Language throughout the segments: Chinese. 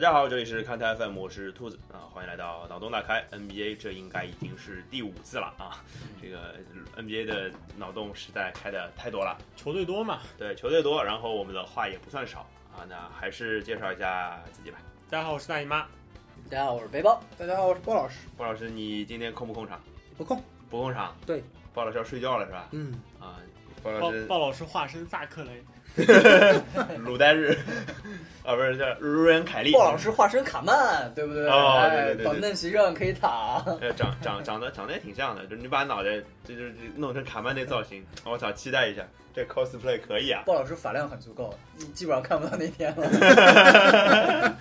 家好，这里是看台 FM，我是兔子啊，欢迎来到脑洞大开 NBA，这应该已经是第五次了啊。这个 NBA 的脑洞实在开的太多了，球队多嘛。对球队多，然后我们的话也不算少啊。那还是介绍一下自己吧，大家好，我是大姨妈。大家好，我是背包，大家好，我是包老师。鲍老师，你今天控不控场？不控，不控场？对，鲍老师要睡觉了是吧？嗯，啊，鲍鲍老师鲍老师化身萨克雷，鲁代日 啊，不是叫瑞恩凯利，鲍老师化身卡曼，对不对？哦哎对对对对板凳席上可以躺。呃，长长长得长得也挺像的，就是你把脑袋这就是弄成卡曼那造型，我操，期待一下，这 cosplay 可以啊。鲍老师发量很足够，你基本上看不到那天了。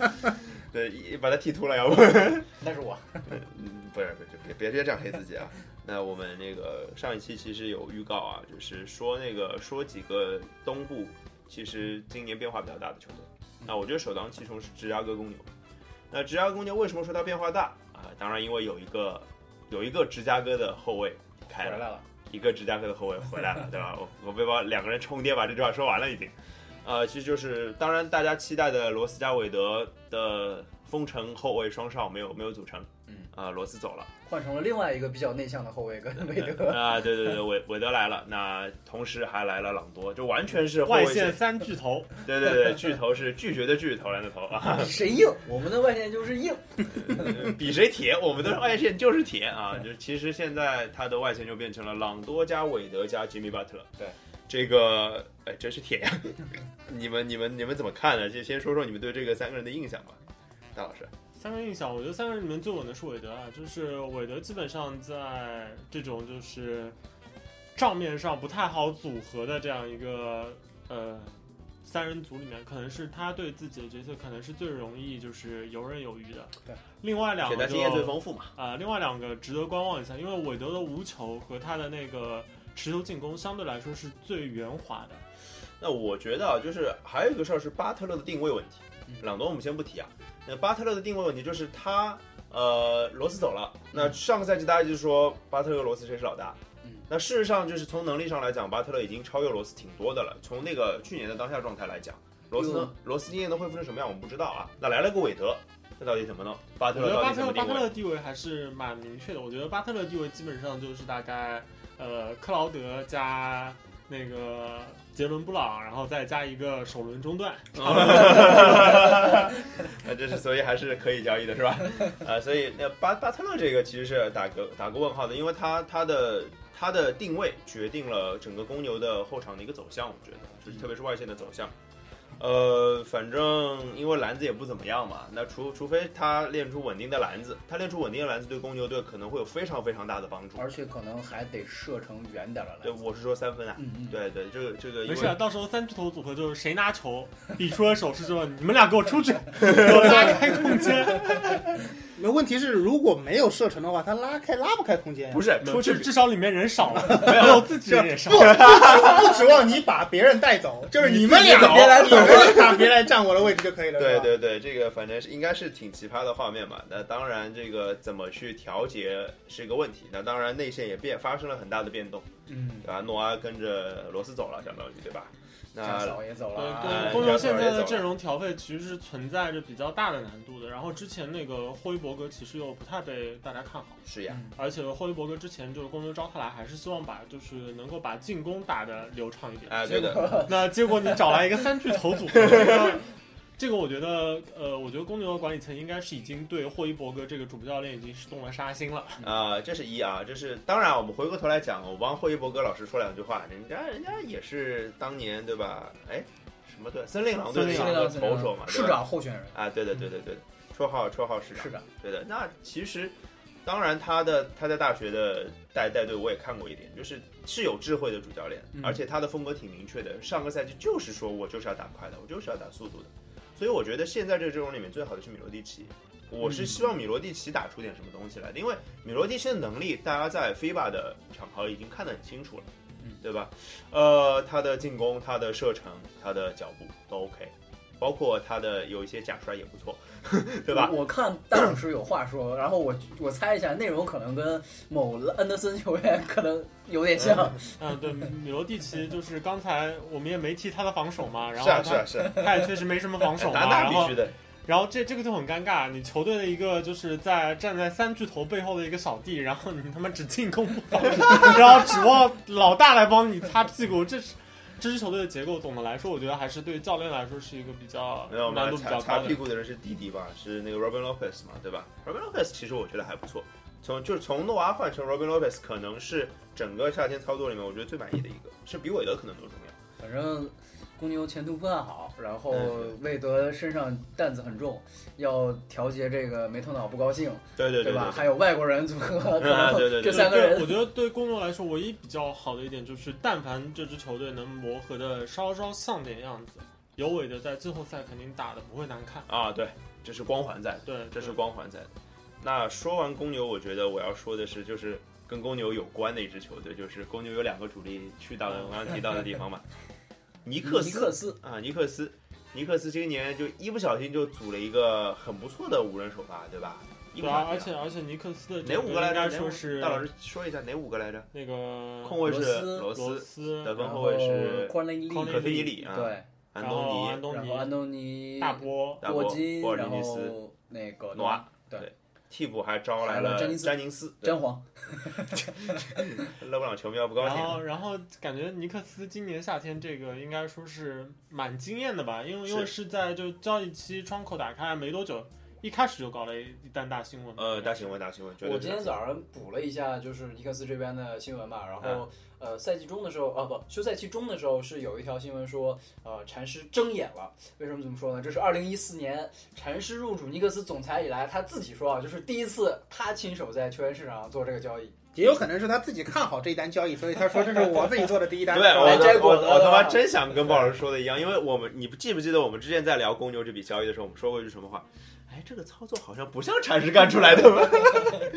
对，一把他剃秃了，要不？ 那是我，嗯，不是，不是，别别别这样黑自己啊。那我们那个上一期其实有预告啊，就是说那个说几个东部其实今年变化比较大的球队。那我觉得首当其冲是芝加哥公牛。那芝加哥公牛为什么说它变化大啊、当然因为有一个有一个芝加哥的后卫回开来了，了。一个芝加哥的后卫回来了，对吧？我我背包两个人冲爹把这句话说完了已经。呃，其实就是当然大家期待的罗斯加韦德的封城后卫双少没有没有组成，嗯，啊、罗斯走了，换成了另外一个比较内向的后卫跟韦德，啊、对对对，韦韦德来了，那同时还来了朗多，就完全是后卫外线线，三巨头，对对对，巨头是拒绝的巨，投篮的投啊，比谁硬？我们的外线就是硬。 比谁铁，我们的外线就是铁啊！就是其实现在他的外线就变成了朗多加韦德加吉米巴特勒。对，这个哎真是铁 呀！你们你们你们怎么看呢？就先说说你们对这个三个人的印象吧，大老师。三个印象，我觉得三个人里面最稳的是韦德啊，就是韦德基本上在这种就是账面上不太好组合的这样一个呃三人组里面，可能是他对自己的角色可能是最容易就是游刃有余的。对，另外两且他个经验最就丰富嘛。啊、另外两个值得观望一下，因为韦德的无球和他的那个持球进攻相对来说是最圆滑的。那我觉得啊，就是还有一个事儿是巴特勒的定位问题。嗯朗多我们先不提啊，那巴特勒的定位问题就是他呃罗斯走了，那嗯上个赛季大家就说巴特勒和罗斯谁是老大。嗯那事实上就是从能力上来讲，巴特勒已经超越罗斯挺多的了。从那个去年的当下状态来讲，罗斯呢，罗斯今年能恢复成什么样我们不知道啊。那来了个韦德，那到底怎么弄？巴特我勒觉得到巴底怎特么勒巴定特位？勒地位还是蛮明确的。我觉得巴特勒地位基本上就是大概呃克劳德加那个杰伦布朗，然后再加一个首轮中段。那呃这是所以还是可以交易的是吧？啊、所以那巴巴特勒这个其实是打个打个问号的，因为他他的他的定位决定了整个公牛的后场的一个走向，我觉得就是特别是外线的走向。呃，反正因为篮子也不怎么样嘛，那除除非他练出稳定的篮子，他练出稳定的篮子对公牛队可能会有非常非常大的帮助。而且可能还得射程远点儿的对，篮子。我是说三分啊，嗯嗯，对对，这个这个因没为事啊，到时候三巨头组合就是谁拿球，比出了手势之后，你们俩给我 出去，给我拉开空间。那问题是，如果没有射程的话，他拉开拉不开空间呀。不是出去至至少里面人少了，没有自己人也少了。不指望你把别人带走，就是你们俩你自己别来你们俩别来占我的位置就可以了。对是吧，对对，这个反正是应该是挺奇葩的画面嘛。那当然，这个怎么去调节是一个问题。那当然，内线也变发生了很大的变动，嗯对，吧？诺阿跟着罗斯走了，相当于对吧？大那嫂也走了对啊，对，公公牛哎现小在鸟也走的了阵容调配其实是存在着比较大的难度的。然后之前那个霍伊伯格其实又不太被大家看好。是呀，而且霍伊伯格之前就是公牛招他来，还是希望把就是能够把进攻打得流畅一点。哎，对的，那结果你找来一个三巨头组合，这个这个我觉得，呃，我觉得公牛的管理层应该是已经对霍伊伯格这个主教练已经是动了杀心了。 啊、这是一啊，这是当然，我们回过头来讲，我帮霍伊伯格老师说两句话，人家人家也是当年对吧？哎，什么队？森林狼队的一森林个投手嘛，对市吧长候选人，啊，对的对的对的，绰号绰号是长。市长，对的，那其实当然他的他在大学的带带队我也看过一点，就是是有智慧的主教练，嗯而且他的风格挺明确的。上个赛季就是说我就是要打快的，我就是要打速度的，所以我觉得现在这个阵容里面最好的是米罗蒂奇。我嗯是希望米罗蒂奇打出点什么东西来的，因为米罗蒂奇的能力，大家在 FIBA 的场合已经看得很清楚了，嗯对吧？呃，他的进攻、他的射程、他的脚步都 OK，包括他的有一些假摔也不错， 对吧？我我看大老师有话说，然后我我猜一下，内容可能跟某安德森球员可能有点像。嗯，对，米罗蒂奇就是刚才我们也没提他的防守嘛，然是后啊是他啊是啊，他也确实没什么防守打嘛，那然后必须的，然后这这个就很尴尬，你球队的一个就是在站在三巨头背后的一个小弟，然后你他妈只进攻不防，然后指望老大来帮你擦屁股，这是这支球队的结构。总的来说，我觉得还是对教练来说是一个比较没有嘛难度比擦较擦高屁的。股的人是弟弟吧？是那个 Robin Lopez 嘛，对吧？Robin Lopez 其实我觉得还不错，从就是从诺娃换成 Robin Lopez，可能是整个夏天操作里面我觉得最满意的一个，是比韦德可能都重要。反正公牛前途不太好，然后嗯韦德身上担子很重，要调节这个没头脑不高兴，对对对吧？对啊还有外国人组合， 可能对对对这对三个人对我觉得对公牛来说，唯一比较好的一点就是，但凡这支球队能磨合的稍稍像点样子，有韦德在最后赛肯定打的不会难看。啊，对，这是光环在的。对，这是对光环在的。那说完公牛，我觉得我要说的是，就是跟公牛有关的一支球队，就是公牛有两个主力去到了我刚刚提到的地方 嘛，尼克斯尼克斯啊，尼克斯，尼克斯今年就一不小心就组了一个很不错的五人首发，对吧？一对五啊，马而比且而且尼克斯的哪这五个来应该着？说是大老师说一下哪五个来着？那个控卫是罗罗斯，罗斯得然分后后卫是宽雷利，宽雷科菲伊里啊，对，安然后东安尼、东然尼后、安东尼、大波，大霍波金，波尔然津吉斯后那个诺瓦，对对，替补还招来还有了詹金斯詹宁斯，对詹皇，勒布朗球迷要不高然兴了。后然后感觉尼克斯今年夏天这个应该说是蛮惊艳的吧，因为因为是在就交易期窗口打开没多久，一开始就搞了一一单大新闻嘛。呃，大新闻，大新闻，绝对是我今大天新闻早上补了一下，就是尼克斯这边的新闻嘛，然嗯后、呃，赛季中的时候啊，不，休赛期中的时候是有一条新闻说，呃，禅师睁眼了。为什么这么说呢？这是二零一四年禅师入主尼克斯总裁以来，他自己说啊，就是第一次他亲手在球员市场上做这个交易。也有可能是他自己看好这一单交易，所以他说这是我自己做的第一单。对是哎吧我来摘我果我子我他妈了真想跟鲍老师说的一样，因为我们你不记不记得我们之前在聊公牛这笔交易的时候，我们说过一句什么话？哎，这个操作好像不像禅师干出来的吧？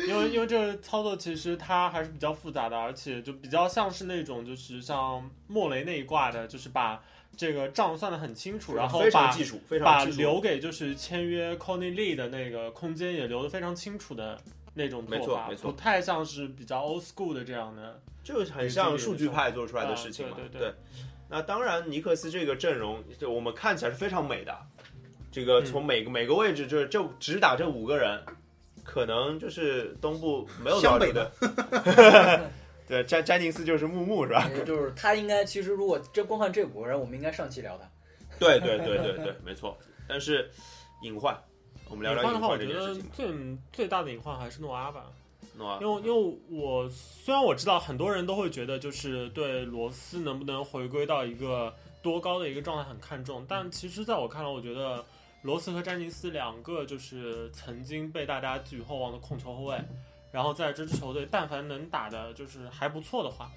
因为因为这个操作其实它还是比较复杂的，而且就比较像是那种就是像莫雷那一挂的，就是把这个账算得很清楚，然后非常把技术，非把常技术，留给就是签约 Conny Lee 的那个空间也留得非常清楚的那种没错做法，没错不太像是比较 old school 的这样的。就是很像数据派做出来的事情嘛。啊对对对对。那当然，尼克斯这个阵容，就我们看起来是非常美的。这个从每个、每个位置，就是就只打这五个人，可能就是东部没有多少湘北的。 对，詹詹宁斯就是木木是吧？ 也就呃就是他应该，其实如果真光看这五个人，我们应该上期聊他。对对对对对，没错。但是隐患，我们聊隐聊患的隐话，我患这觉件得事情吧。啊最最大的隐患还是诺阿吧，诺瓦因为因为我虽然我知道很多人都会觉得就是对罗斯能不能回归到一个多高的一个状态很看重，但其实在我看来，我觉得罗斯和詹宁斯两个就是曾经被大家寄予厚望的控球后卫，然后在这支球队但凡能打的就是还不错的话，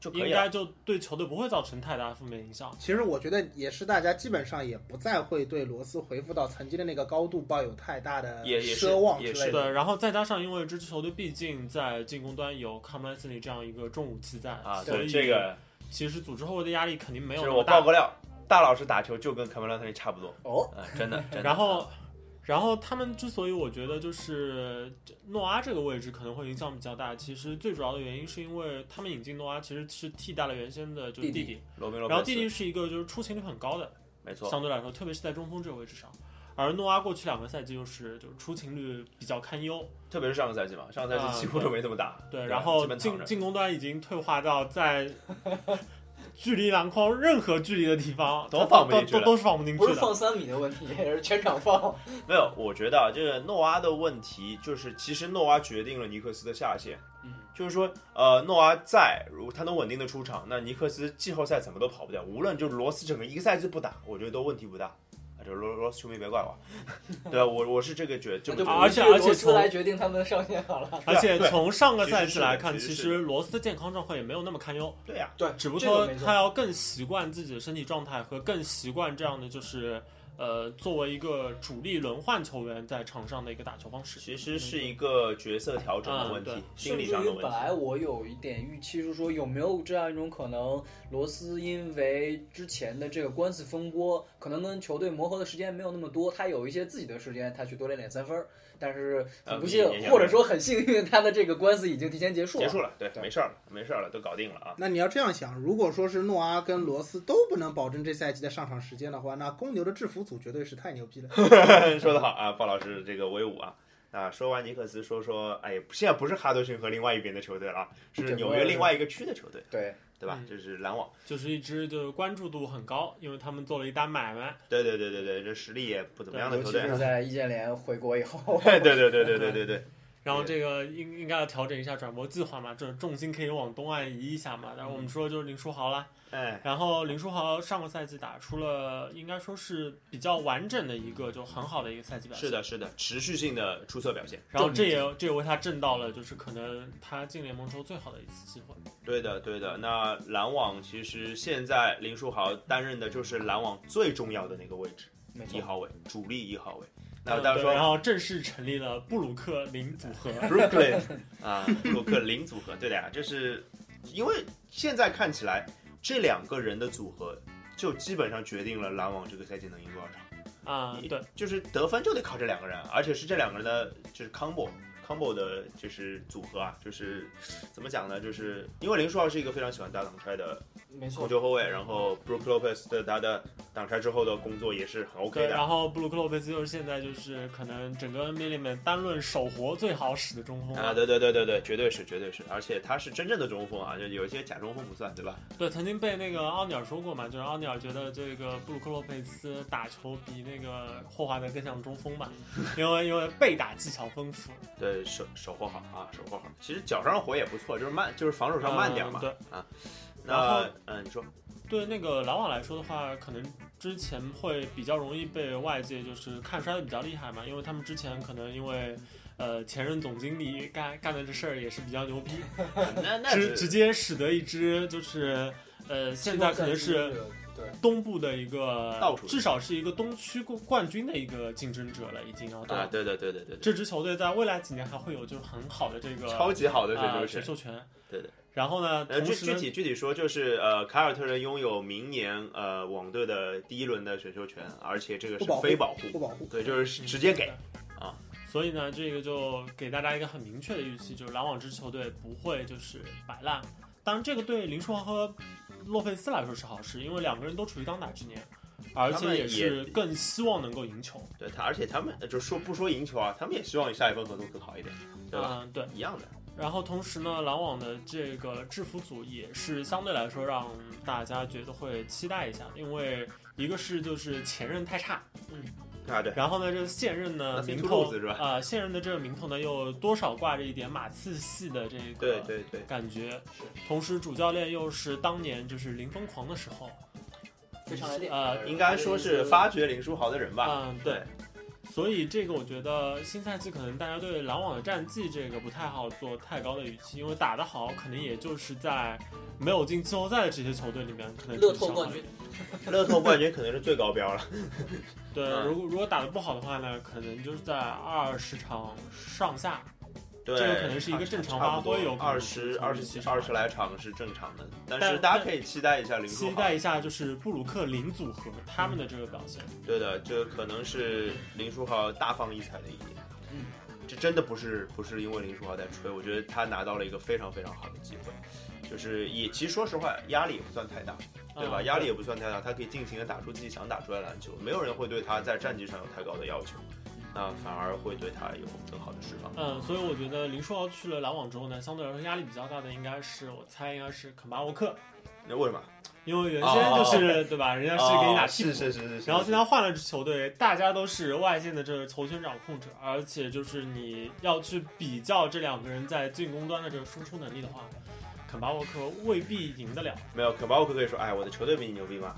就可应以了。该就对球队不会造成太大的负面影响。其实我觉得也是，大家基本上也不再会对罗斯回复到曾经的那个高度抱有太大的也也是奢望之也类是的。对，然后再加上因为这支球队毕竟在进攻端有 c a m l e s l e y 这样一个重武器在啊，所对以这个，其实组织后卫的压力肯定没就有是那我么爆大。个料，大老师打球就跟凯文·兰特利差不多。哦，啊，真的，真的。然后，然后他们之所以我觉得就是这诺阿这个位置可能会影响比较大，其实最主要的原因是因为他们引进诺阿其实是替代了原先的就是弟弟弟弟，罗宾·罗然后佩弟斯弟是一个就是出勤率很高的，没错，相对来说，特别是在中锋这个位置上。而诺阿过去两个赛季就是就是出勤率比较堪忧，特别是上个赛季嘛，上个赛啊季几乎都没怎么打。对，吧然后基本躺进着。进攻端已经退化到 在距离篮筐任何距离的地方都它放不都进去都了都是放不进去不是的。放三米的问题，也是全场放。没有，我觉得啊，这个诺阿的问题就是，其实诺阿决定了尼克斯的下限。嗯，就是说，呃，诺阿在，如果他能稳定的出场，那尼克斯季后赛怎么都跑不掉。无论就是罗斯整个一个赛季不打，我觉得都问题不大。啊，这罗罗斯球迷别怪我， 对啊我我是这个 觉这么觉就不得。而且是而且罗斯从来决定他们的上限好了。而且对从上个其实赛是季的来看，其实其是实罗斯的健康状况也没有那么堪忧，对啊呀、对，只不这过个没错他要更习惯自己的身体状态和更习惯这样的就是呃作为一个主力轮换球员在场上的一个打球方式。其实是一个角色调整的问题，嗯对心理甚上至的于问本来题。我有一点预期，是说有没有这样一种可能，罗斯因为之前的这个官司风波，可能跟球队磨合的时间没有那么多，他有一些自己的时间，他去多练练三分儿。但是很不呃幸也也也或者说很幸运，他的这个官司已经提前结束了。结束了，对，对没事儿了，没事儿了，都搞定了啊。那你要这样想，如果说是诺阿跟罗斯都不能保证这赛季的上场时间的话，那公牛的制服组绝对是太牛逼 了。说得好啊，鲍老师这个威武啊。那说完尼克斯，说说，哎，现在不是哈德逊和另外一边的球队了啊，是整纽个约另外一个区的球队，对，对吧？嗯这是篮网，就是一支就是关注度很高，因为他们做了一单买卖，对对对对对，这实力也不怎么样的尤球其队，啊是在易建联回国以 后，对对对对对对对对，然后这个应应该要调整一下转播计划嘛，就是重心可以往东岸移一下嘛。然后我们说就是林书豪啦，哎，然后林书豪上个赛季打出了应该说是比较完整的一个就很好的一个赛季表现，哎是。的，是的，持续性的出色表现，然后这也这也为他挣到了就是可能他进联盟之后最好的一次机会。对的对的。那篮网其实现在林书豪担任的就是篮网最重要的那个位置，没一错，号位，主力一号位。那嗯大家对说然后正式成立了布鲁克林组合。 Brooklyn 啊，布鲁克林组合，对的呀，这是因为现在看起来这两个人的组合就基本上决定了篮网这个赛季能赢多少场，啊，对，就是得分就得靠这两个人，而且是这两个人的就是 combo。combo 的就是组合啊，就是怎么讲呢？就是因为林书豪是一个非常喜欢打挡拆的没控错，球后卫，然后 Brook Lopez 的他的挡拆之后的工作也是很 OK 对，的。然后布鲁克洛佩斯就是现在就是可能整个 NBA 里面单论手活最好使的中锋了啊，对对对对对，绝对是绝对是，而且他是真正的中锋啊，就有一些假中锋不算，对吧？对，曾经被那个奥尼尔说过嘛，就是奥尼尔觉得这个布鲁克洛佩斯打球比那个霍华德更像中锋嘛，因为因为被打技巧丰富，对手手活好啊，手活好。其实脚上活也不错，就是慢，就是防守上慢点嘛。嗯那然后嗯，你说对，对那个篮网来说的话，可能之前会比较容易被外界就是看衰的比较厉害嘛，因为他们之前可能因为。呃，前任总经理干干的这事儿也是比较牛逼，那那直直是接使得一支就是呃，现在可能是对东部的一个倒数至少是一个东区冠冠军的一个竞争者了，已经要啊，到。对对对对对对，这支球队在未来几年还会有就是很好的这个超级好的啊这就选是。秀权。对的。然后呢，呃，同具时具呢，体具体说，就是呃，凯尔特人拥有明年呃网队的第一轮的选秀权，而且这个是不保护非保不护，保护，对，就是直接给。啊。嗯所以呢，这个就给大家一个很明确的预期，就是篮网这支球队不会就是摆烂。当然，这个对林书豪和洛佩斯来说是好事，因为两个人都处于当打之年，而他且们也是更希望能够赢球。对他，而且他们呃就说不说赢球啊，他们也希望下一份合同更好一点，对吧？嗯，对。一样的，然后同时呢，篮网的这个制服组也是相对来说让大家觉得会期待一下，因为一个是就是前任太差，啊对。然后呢这现任呢 Nothing 名 to 头 lose，是吧呃啊、呃现任的这个名头呢又多少挂着一点马刺系的这个对对对，感觉，同时主教练又是当年就是零疯狂的时候，非常来电呃应该说是发掘林书豪的人吧？嗯对，所以这个我觉得新赛季可能大家对篮网的战绩这个不太好做太高的预期，因为打得好可能也就是在没有进季后赛的这些球队里面可能乐呃只是透上冠海嗯军。乐透冠军可能是最高 标了。对，嗯如果如果打得不好的话呢，可能就是在二十场上下，对，这个可能是一个正常发挥有可二能是十从二十17几上二十来场是正常的，但但是大家可以期待一下林书期豪待。一下就是布鲁克林组合他们的这个表现。对的，这可能是林书豪大放异彩的一年。嗯，这真的不是不是因为林书豪在吹，我觉得他拿到了一个非常非常好的机会，就是也其实说实话压力也不算太大，对吧？嗯压力也不算太大，他可以尽情的打出自己想打出来的篮球，没有人会对他在战绩上有太高的要求，那反而会对他有更好的释放。嗯，所以我觉得林书豪去了篮网之后呢，相对来说压力比较大的应该是我猜应该是肯巴沃克，那为什么？因为原先就是、对吧，人家是给你打哦替补是是是是是，然后现在换了支球队，大家都是外线的这个球权掌控者，而且就是你要去比较这两个人在进攻端的这个输出能力的话，肯巴沃克未必赢得了。没有，可包括可以说，哎，我的球队比你牛逼 吗？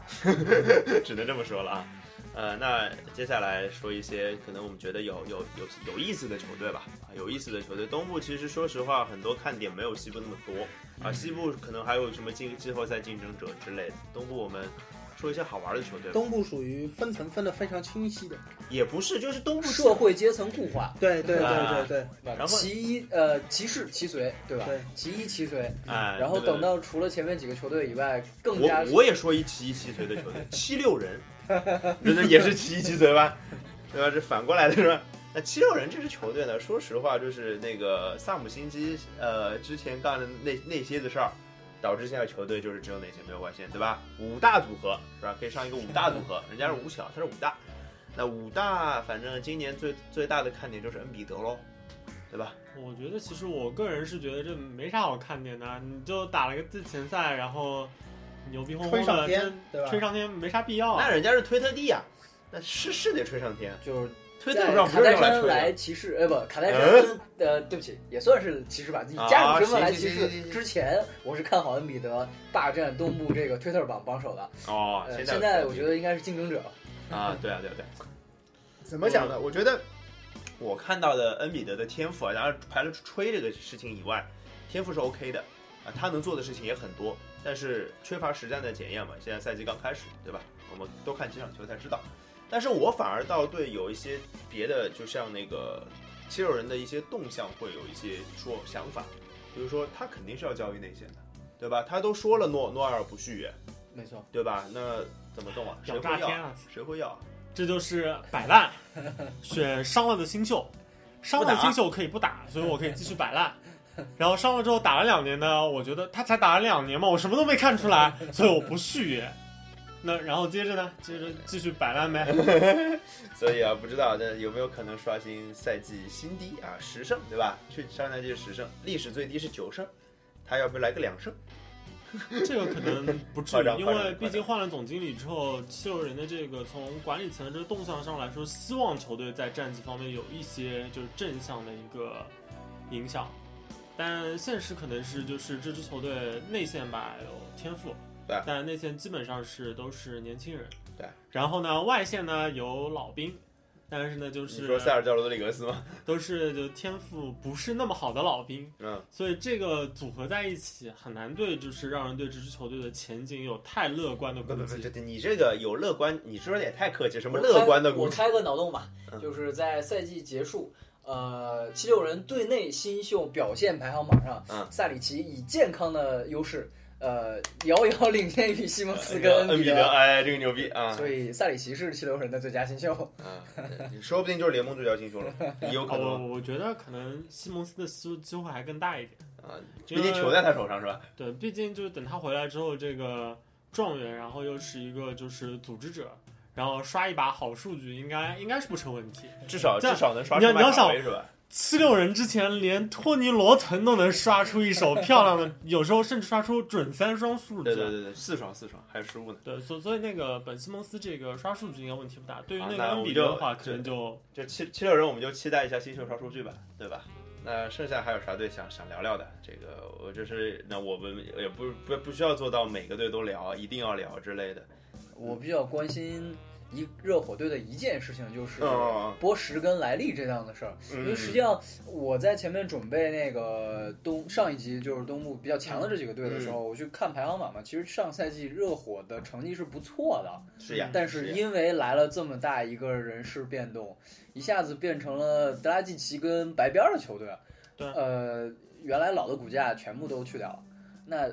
只能这么说了啊。呃，那接下来说一些可能我们觉得有有有有意思的球队吧，啊，有意思的球队。东部其实说实话，很多看点没有西部那么多嗯啊，西部可能还有什么进季后赛竞争者之类的。东部我们说一些好玩的球队吧，东部属于分层分得非常清晰的。也不是，就是东部社会阶层固化，对对啊对对对，对吧然后其一呃其是其随，对吧？对其一其随，哎，然后对对等到除了前面几个球队以外，更加我我也说一七一七随 的球队，七六人，真的也是七一七随吧？对吧？这反过来的是吧？那七六人这支球队呢，说实话，就是那个萨姆辛基呃之前干的那那些的事儿，导致现在球队就是只有内线没有外线，对吧？五大组合是吧？可以上一个五大组合，人家是五小，他是五大。那五大反正今年最最大的看点就是恩比德喽，对吧？我觉得其实我个人是觉得这没啥好看点的啊，你就打了个季前赛，然后牛逼哄吹哄上的，天真，对吧吹？上天没啥必哦要啊。那人家是推特地呀、那是是得吹上天，就是推特在上不卡是戴用珊吹的来。骑士，哎不，卡戴嗯珊跟呃，对不起，也算是骑士吧，自己啊加入身份来行骑行士行行行之前，我是看好恩比德霸占东部这个 Twitter 榜榜首的。哦，呃，现现在我觉得应该是竞争者。啊，对啊，对啊，对啊。嗯怎么讲呢？我觉得我看到的恩比德的天赋啊，当然排了吹这个事情以外，天赋是 OK 的啊，他能做的事情也很多，但是缺乏实战的检验嘛。现在赛季刚开始，对吧？我们多看几场球才知道。但是我反而倒对有一些别的，就像那个七六人的一些动向，会有一些说想法，比如说他肯定是要交易内线的，对吧？他都说了诺诺埃尔不续约，没错，对吧？那怎么动啊？谁屌会炸要天啊！谁会要？这就是摆烂，选伤了的新秀，伤了的新秀可以不打，所以我可以继续摆烂。然后伤了之后打了两年呢，我觉得他才打了两年嘛，我什么都没看出来，所以我不续约。那然后接着呢，接着继续摆烂呗。所以啊，不知道这有没有可能刷新赛季新低啊？十胜对吧？去上赛季是十胜，历史最低是九胜，他要不来个两胜？这个可能不至夸张于，因夸张为夸毕张竟换了总经理之后，七六人的这个从管理层的这个动向上来说，希望球队在战绩方面有一些就是正向的一个影响。但现实可能是就是这支球队内线吧有天赋，对但内线基本上是都是年轻人，对。然后呢，外线呢有老兵，但是呢就你是啊说塞尔加罗德里格斯吗？都是就天赋不是那么好的老兵，嗯，所以这个组合在一起，很难对就是让人对这支球队的前景有太乐观的不估不不，计。这你这个有乐观，你说的也太客气，什么乐观的我估计？开我开个脑洞吧嗯，就是在赛季结束，呃，七六人队内新秀表现排行榜上，嗯萨里奇以健康的优势，呃，遥遥领先于西蒙斯呃跟恩比比德，。哎，这个牛逼啊！所以萨里奇是七六人的最佳新秀，啊，你说不定就是联盟最佳新秀 了，也有可哦，我能我觉得可能西蒙斯的机机会还更大一点，啊，毕因为竟球在他手上是吧？对，毕竟就是等他回来之后，这个状元，然后又是一个就是组织者，然后刷一把好数据，应该应该是不成问题。至少这至样少能刷你要出你要麦卡想维是吧？七六人之前连托尼罗滕都能刷出一手漂亮的，有时候甚至刷出准三双数据。对对对对，四双四双还有失误呢。对，所所以那个本西蒙斯这个刷数据应该问题不大，对于啊那那个我恩们比德就的话，可对能就就七七六人，我们就期待一下新秀刷数据吧，对吧？那剩下还有啥队想想聊聊的？这个我就是那我们也不不不需要做到每个队都聊，一定要聊之类的。我比较关心一热火队的一件事情就是嗯波什跟莱利这样的事儿，因为实际上我在前面准备那个东上一集就是东部比较强的这几个队的嗯时候，我去看排行榜嘛，其实上赛季热火的成绩是不错的，是呀，但是呀因为来了这么大一个人事变动，一下子变成了德拉季奇跟白边儿的球队。对呃，原来老的骨架全部都去掉了，那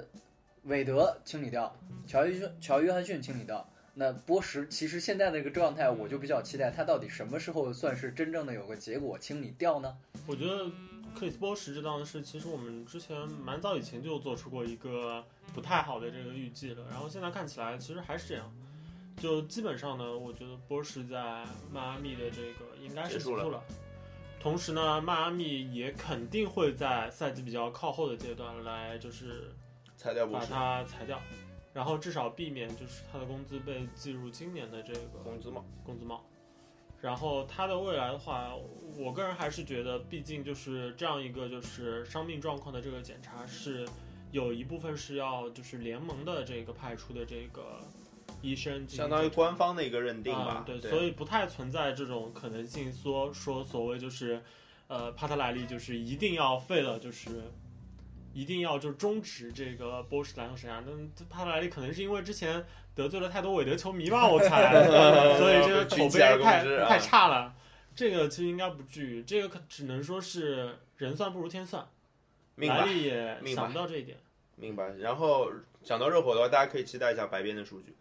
韦德清理掉，乔伊逊乔约翰逊清理掉。那波什其实现在的一个状态，我就比较期待他到底什么时候算是真正的有个结果清理掉呢？我觉得克里斯波什这档事，其实我们之前蛮早以前就做出过一个不太好的这个预计了，然后现在看起来其实还是这样。就基本上呢，我觉得波什在迈阿密的这个应该是结束了了。同时呢，迈阿密也肯定会在赛季比较靠后的阶段来，就是裁掉不把是他裁掉，然后至少避免就是他的工资被计入今年的这个工资帽，工资帽。然后他的未来的话，我个人还是觉得，毕竟就是这样一个就是伤病状况的这个检查是有一部分是要就是联盟的这个派出的这个医生进行相当于检查官方的一个认定吧啊。对，对，，所以不太存在这种可能性说说所谓就是，呃，帕特莱利就是一定要废了，就是一定要就终止这个波士篮球生涯。那帕特莱利可能是因为之前得罪了太多韦德球迷吧，我猜 所以这个口群碑太起而攻之啊太差了。这个其实应该不至于，这个可只能说是人算不如天算，明莱白利也明白想不到这一点。明白。然后讲到热火的话，大家可以期待一下白边的数据。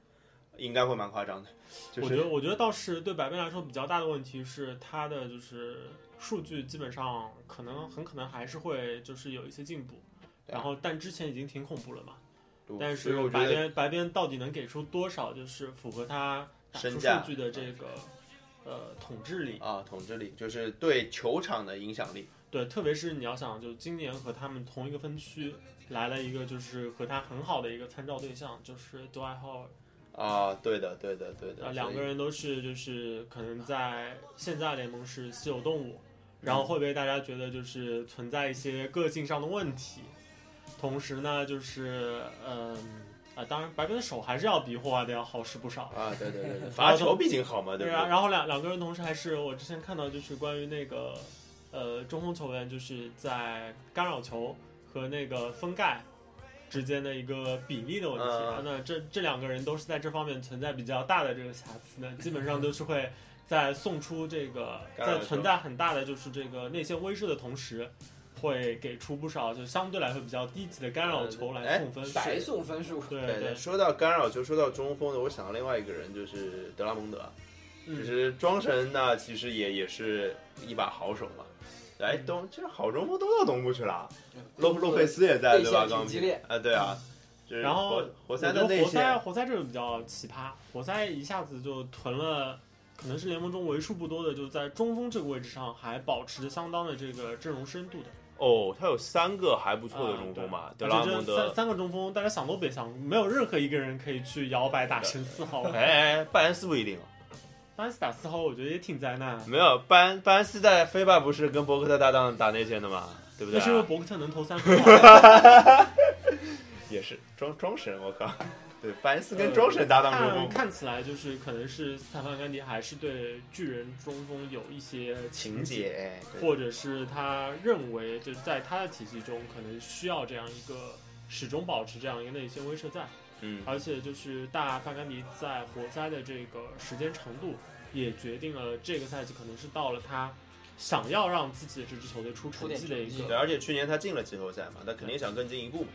应该会蛮夸张的。就我觉得，是我觉得倒是对百变来说比较大的问题是，它的就是数据基本上可能很可能还是会就是有一些进步，对啊然后但之前已经挺恐怖了嘛。我但所以是我觉白得边白边到底能给出多少，就是符合他打出身数价嗯据的这个呃统治力？啊，统治力就是对球场的影响力，对，特别是你要想，就今年和他们同一个分区来了一个，就是和他很好的一个参照对象，就是杜艾浩尔。啊，对的，对的，对的，呃，两所个以人都是就是可能在现在联盟是稀有动物，然后会被大家觉得就是存在一些个性上的问题，同时呢，就是嗯啊、当然白边的手还是要比霍华德要好使不少。啊，对对对对，罚球毕竟好嘛，对对不啊，对？然后两两个人同时还是我之前看到就是关于那个呃中锋球员就是在干扰球和那个封盖之间的一个比例的问题。啊嗯嗯那这这两个人都是在这方面存在比较大的这个瑕疵呢，基本上都是会。在送出这个，干扰在球存在很大的就是这个内线威慑的同时，会给出不少就相对来说比较低级的干扰球来哎送分。白送分数，对对对，说到干扰球，说到中锋的，我想到另外一个人就是德拉蒙德，嗯其实庄神呢，其实也也是一把好手嘛。哎，东这好中锋都到东部去了，啊洛洛佩斯也在内嗯对线吧？挺刚激烈啊，对啊，就是然后活活我觉塞得的内活塞线，活塞这个比较奇葩，活塞一下子就囤了，可能是联盟中为数不多的，就在中锋这个位置上还保持着相当的这个阵容深度的。哦，他有三个还不错的啊中锋嘛，对德拉而且蒙这三德。三个中锋，大家想都别想，没有任何一个人可以去摇摆打成四号。 哎哎，拜恩斯不一定，当时打四号，我觉得也挺灾难。没有拜恩拜恩斯在飞霸不是跟博克特搭档打内线的嘛，对不对啊？那是因为伯克特能投三分啊。也是装装神，我 靠，对，拜恩斯 跟呃庄神搭档中锋，看看起来就是可能是斯坦范甘迪还是对巨人中锋有一些情节节，哎对或者是他认为就是在他的体系中可能需要这样一个始终保持这样一个内线威慑在，嗯，而且就是大范甘迪在活塞的这个时间长度也决定了这个赛季可能是到了他想要让自己的这支球队出成绩的出点一成绩对，个。而且去年他进了季后赛嘛，他肯定想更进一步嘛。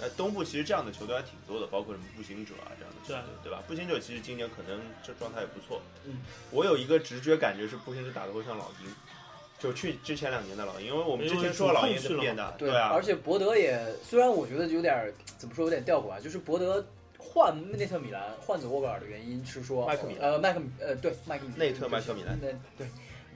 那东部其实这样的球队还挺多的，包括什么步行者啊这样的球队，对吧？步行者其实今年可能这状态也不错。嗯，我有一个直觉感觉是步行者打的会像老鹰，就去之前两年的老鹰，因为我们之前说老鹰是变的，对啊而，且且博德也，虽然我觉得有点儿怎么说有点吊诡啊，就是博德换内特米兰换走沃格尔的原因是说，麦克米兰呃麦克米呃对麦克米兰内特麦克米兰，对对，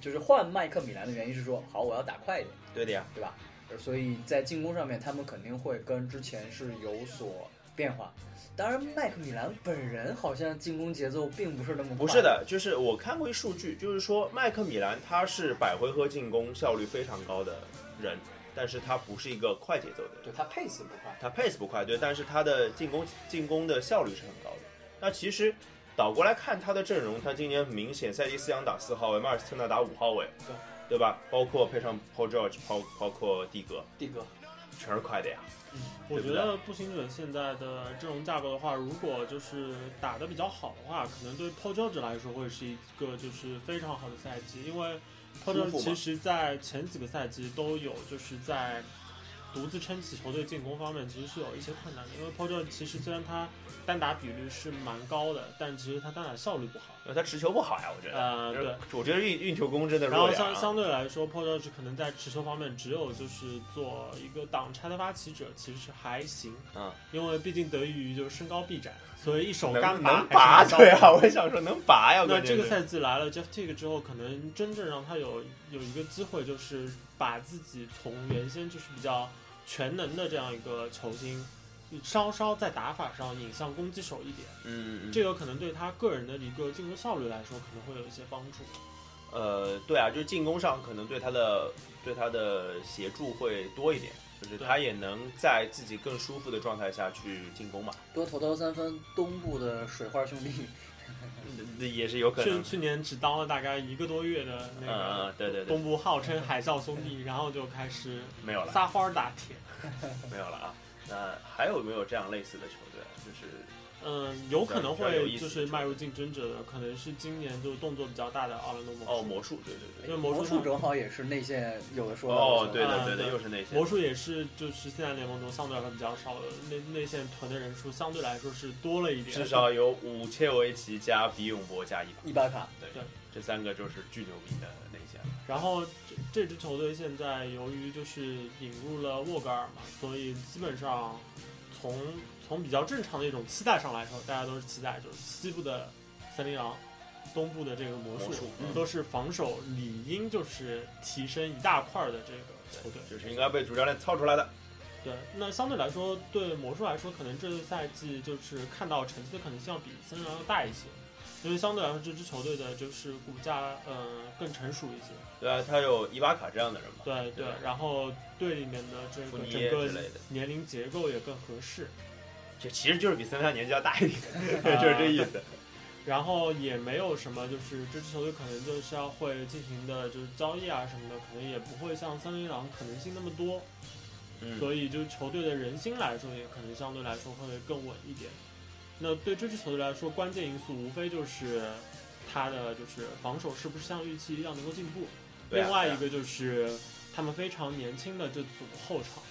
就是换麦克米兰的原因是说，好我要打快一点，对的呀，对吧？所以在进攻上面，他们肯定会跟之前是有所变化。当然，麦克米兰本人好像进攻节奏并不是那么快，不是，的，就是我看过一数据，就是说麦克米兰他是百回合进攻效率非常高的人，但是他不是一个快节奏的人。对他配死不快，他 pace 不快，对，但是他的进攻进攻的效率是很高的。那其实倒过来看他的阵容，他今年明显赛季斯扬打四号位，马尔斯特纳打五号位，对对吧？包括配上 Paul George，包包括蒂格，蒂哥全是快的呀。我觉对不得步行者现在的阵容架构的话，如果就是打得比较好的话，可能对 Paul George 来说会是一个就是非常好的赛季，因为 Paul 舒服 George 嘛其实在前几个赛季都有就是在独自撑起球队进攻方面其实是有一些困难的，因为 Paul George 其实虽然他单打比率是蛮高的，但其实他单打效率不好。因为他持球不好呀，我觉得。呃，对，我觉得运运球攻真的然弱后点相啊。相对来说，Paul George 可能在持球方面只有就是做一个挡拆的发起者，其实还行。嗯，因为毕竟得益于就是身高臂展，所以一手干能能拔拔还是蛮高对啊，的我也想说能拔呀。那关键这个是赛季来了 Jeff Tick 之后，可能真正让他有有一个机会，就是把自己从原先就是比较全能的这样一个球星，稍稍在打法上引向攻击手一点，嗯，嗯嗯这个可能对他个人的一个进攻效率来说，可能会有一些帮助。呃，对啊，就是进攻上可能对他的对他的协助会多一点，就是对他也能在自己更舒服的状态下去进攻嘛，多投投三分，东部的水花兄弟，嗯也是有可去能。去年只当了大概一个多月的嗯那个嗯对对对东部号称海啸兄弟，然后就开始没有了，撒欢儿打铁。没有了啊。那还有没有这样类似的球队？啊就是嗯，有可能比较有会意思就是迈入竞争者的，可能是今年就动作比较大的奥兰多魔术。哦，魔术，对对因对，为魔魔术术呢正好也是内线有的说哦，对啊的对的，对又是那些魔术也是就是现在联盟中相对来说比较少的，内内线团队人数相对来说是多了一点。至少有五切维奇加比永博加伊巴，伊巴卡，对对，这三个就是巨牛逼的内线了。然后这这支球队现在由于就是引入了沃格尔嘛，所以基本上从从比较正常的一种期待上来说，大家都是期待就是西部的森林狼，东部的这个魔术魔术嗯都是防守理应就是提升一大块儿的这个球队。就是应该被主教练操出来的。对，那相对来说，对魔术来说，可能这个赛季就是看到成绩的可能性要比森林狼要大一些，因为相对来说这支球队的就是骨架呃更成熟一些。对啊，他有伊巴卡这样的人嘛，对对对，然后队里面的这库个尼耶整个之类的年龄结构也更合适，这其实就是比森林狼年纪要大一点， 就是这意思。然后也没有什么就是这支球队可能就是要会进行的就是交易啊什么的，可能也不会像森林狼可能性那么多，嗯，所以就是球队的人心来说也可能相对来说会更稳一点。那对这支球队来说，关键因素无非就是他的就是防守是不是像预期一样能够进步，对啊另外一个就是他们非常年轻的这组后场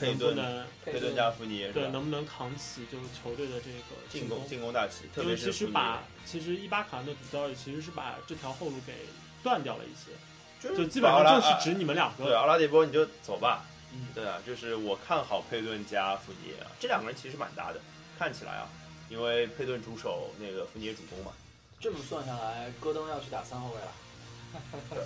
佩能不顿、能。佩顿加福尼耶是对，吧？能不能扛起就是球队的这个进攻攻？进攻大旗，特因别为是其福实尼耶把其实伊巴卡那组交易其实是把这条后路给呃断掉了一些，就是就基本把奥拉上就啊是指你们两对个。奥拉迪波你就走吧。嗯对啊，就是我看好佩顿加福尼耶啊，这两个人其实蛮搭的，看起来啊，因为佩顿主守，那个福尼耶主攻嘛。这么算下来，戈登要去打三后卫了。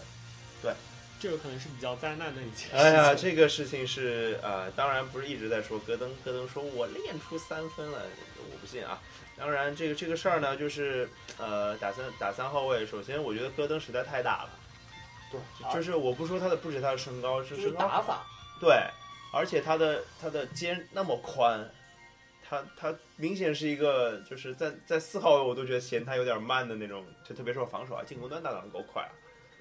这个可能是比较灾难的一件事情。哎呀，这个事情是呃，当然不是一直在说戈登，戈登说我练出三分了，我不信啊。当然，这个这个事儿呢，就是呃，打三打三号位，首先我觉得戈登实在太大了，对就就是我不说他的，不止他的身高，是啊是身高打法，对，而且他的他的肩那么宽，他他明显是一个就是在在四号位我都觉得嫌他有点慢的那种，就特别是我防守啊，进攻端打得够快啊。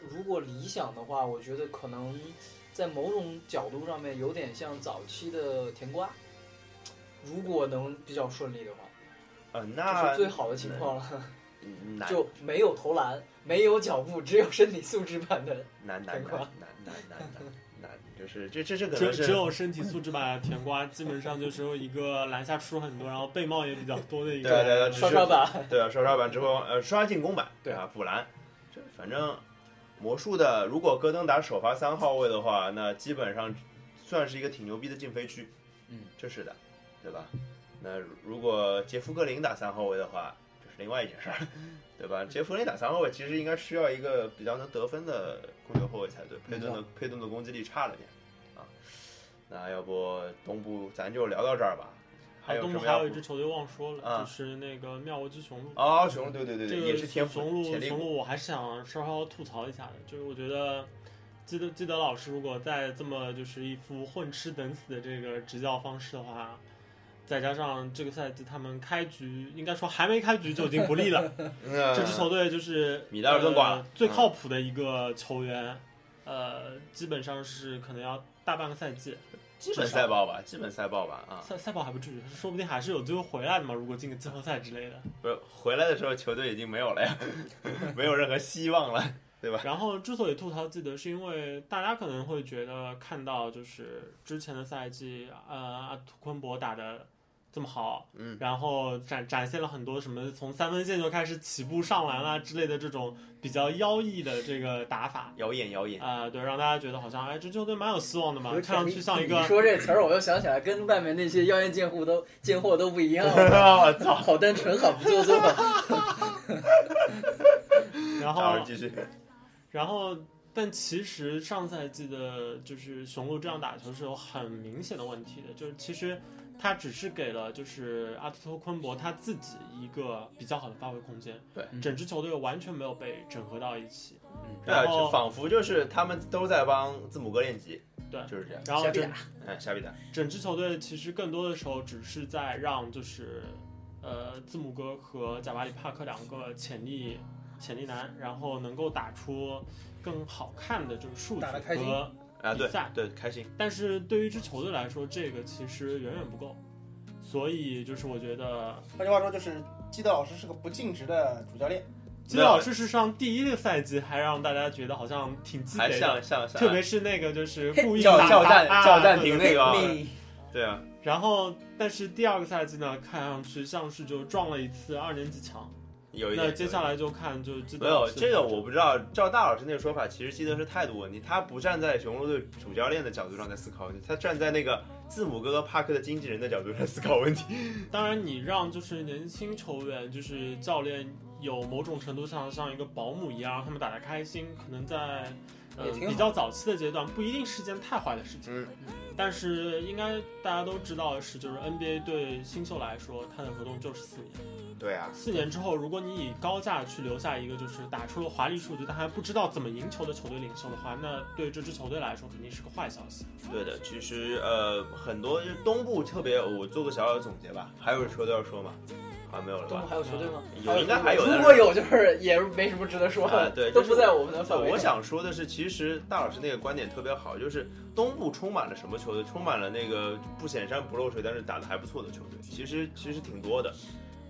如果理想的话，我觉得可能在某种角度上面有点像早期的甜瓜，如果能比较顺利的话，呃，这那是最好的情况了。嗯难就没有投篮，没有脚步，只有身体素质版的。难难难难难难难难，就是这这这可只能只是有身体素质吧，甜瓜基本上就是一个篮下出手很多，然后背帽也比较多的一个。对对对只是刷刷板，对啊，刷刷板之后呃刷进攻板，对啊补篮，这反正魔术的如果戈登打首发三号位的话，那基本上算是一个挺牛逼的禁飞区，嗯，这是的，对吧？那如果杰夫格林打三号位的话，这是另外一件事儿，对吧？杰夫格林打三号位其实应该需要一个比较能得分的控球后卫才对，佩顿没的佩顿的攻击力差了点啊。那要不东部咱就聊到这儿吧？还有啊东什部么还要有一补支球队忘说啊了，就是那个妙无之雄鹿。哦，雄鹿对对对这对，个也是天赋雄鹿，潜力雄股。鹿，我还是想稍稍吐槽一下的，就是我觉得基德基德老师如果再这么就是一副混吃等死的这个执教方式的话，再加上这个赛季他们开局应该说还没开局就已经不利 了，嗯这支球队就是米德尔顿挂了嗯呃最靠谱的一个球员，呃，基本上是可能要大半个赛季，基本赛报吧，基本赛报吧啊，赛赛跑还不至于，说不定还是有机会回来的嘛，如果进个季后赛之类的。不是回来的时候球队已经没有了呀， 没有任何希望 了。然后之所以吐槽基德，是因为大家可能会觉得看到就是之前的赛季，呃，阿图昆博打的这么好，嗯，然后展展现了很多什么从三分线就开始起步上篮啦之类的这种比较妖异的这个打法。谣言谣言，啊、对，让大家觉得好像哎，这支球队蛮有希望的嘛，有看上去像一个你说这词儿，我又想起来，跟外面那些妖艳贱货都贱货都不一样了， 我操！好单纯，好不做作。然然后后继续，然后，但其实上赛季的就是雄鹿这样打球是有很明显的问题的，就是其实他只是给了就是阿图托昆博他自己一个比较好的发挥空间，对嗯整支球队完全没有被整合到一起，对啊，然后就仿佛就是他们都在帮字母哥练级，对就是这样。然后瞎逼整啊打哎，瞎逼的，整支球队其实更多的时候只是在让就是呃字母哥和贾巴里帕克两个潜力潜力男，然后能够打出更好看的这个数据打得开心和啊，对比赛对，开心，但是对于一支球队来说，这个其实远远不够。所以就是我觉得换句话说，就是基德老师是个不尽职的主教练。基德老师是上第一个赛季还让大家觉得好像挺鸡还贼的，像像像，特别是那个就是故意叫打叫暂啊叫暂停对对那个啊，你对啊，然后，但是第二个赛季呢，看上去像是就撞了一次二年级墙。有一点。那接下来就看就是基没德有老师这个我不知道，照大老师那个说法，其实基德是态度问题，他不站在雄鹿队主教练的角度上在思考问题，他站在那个字母哥哥帕克的经纪人的角度上思考问题。 当然，你让就是年轻球员，就是教练有某种程度上像一个保姆一样，让他们打得开心，可能在呃也挺好比较早期的阶段不一定是件太坏的事情。嗯，但是应该大家都知道的是，就是 NBA 对新秀来说，他的合同就是四年。对啊，四年之后，如果你以高价去留下一个就是打出了华丽数据，但还不知道怎么赢球的球队领袖的话，那对这支球队来说肯定是个坏消息。对的，其实呃很多东部特别，我做个小小的总结吧，还有球队要说吗？啊，没有了东部吧？还有球队吗？有应该还有的如果有，就是也没什么值得说啊的，对都就是不在我们的对范围。我，想说的是，其实大老师那个观点特别好，就是东部充满了什么球队？充满了那个不显山不漏水，但是打得还不错的球队，其实其实挺多的。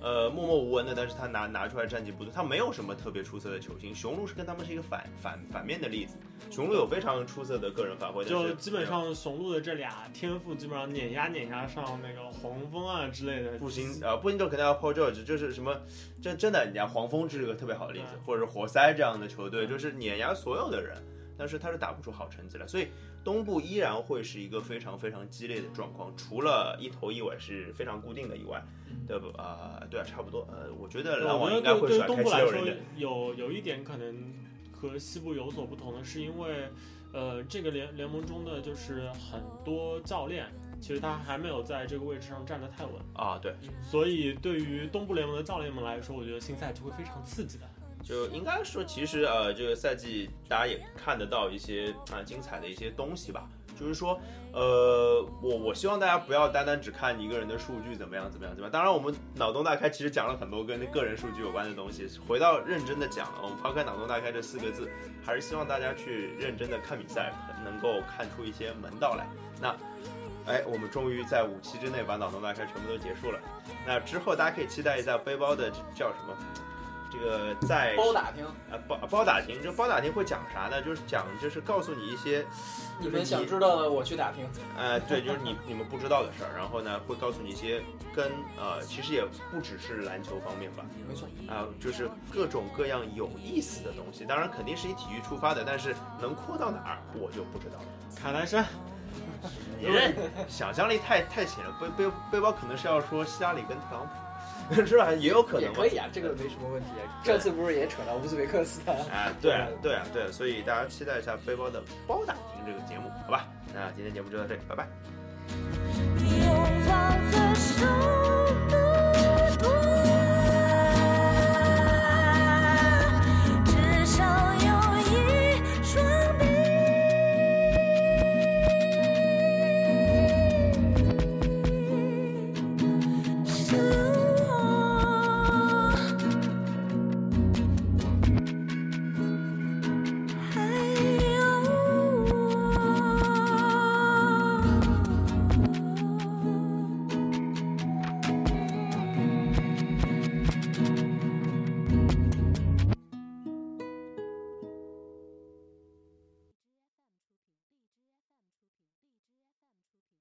呃，默默无闻的，但是他拿拿出来战绩不错，他没有什么特别出色的球星。雄鹿是跟他们是一个反反反面的例子，雄鹿有非常出色的个人发挥，但就是基本上雄鹿的这俩天赋，基本上碾压碾压上那个黄蜂啊之类的。步行啊，步行者肯定要 Paul George，就是什么，这真的，你看黄蜂是个特别好的例子对，或者是活塞这样的球队，嗯就是碾压所有的人，但是他是打不出好成绩来，所以东部依然会是一个非常非常激烈的状况，除了一头一尾是非常固定的以外，对不？啊、对啊，差不多，呃，我觉得对篮我网觉应该得会对是开对东部七来六说人的，有有一点可能和西部有所不同的是，因为呃这个联联盟中的就是很多教练，其实他还没有在这个位置上站得太稳。啊，对，所以，对于东部联盟的教练们来说，我觉得新赛季会非常刺激的。就应该说，其实呃，这个赛季大家也看得到一些啊、精彩的一些东西吧。就是说，呃，我我希望大家不要单单只看一个人的数据怎么样怎么样怎么样。当然，我们脑洞呃大开其实讲了很多跟个人数据有关的东西。回到认真的讲，我们抛开脑洞大开这四个字，还是希望大家去认真的看比赛，能够看出一些门道来。那，哎，我们终于在五期之内把脑洞大开全部都结束了。那之后大家可以期待一下背包的这叫什么？这个在包打听，啊，包包打听，就包打听会讲啥呢？就是讲，就是告诉你一些，你们想知道的我去打听。呃，对，就是你你们不知道的事儿。然后呢，会告诉你一些跟呃，其实也不只是篮球方面吧，没错，啊、就是各种各样有意思的东西。当然，肯定是以体育出发的，但是能扩到哪儿我就不知道了。卡戴珊，你这想象力太太浅了，背背背包可能是要说希拉里跟特朗普， 是吧？也有可能也吧。可以啊，这个没什么问题啊。这次不是也扯到乌兹别克斯坦？啊，对啊，对啊，对啊，所以大家期待一下背包的包打听这个节目，好吧？那今天节目就到这里，拜拜。你用我的手。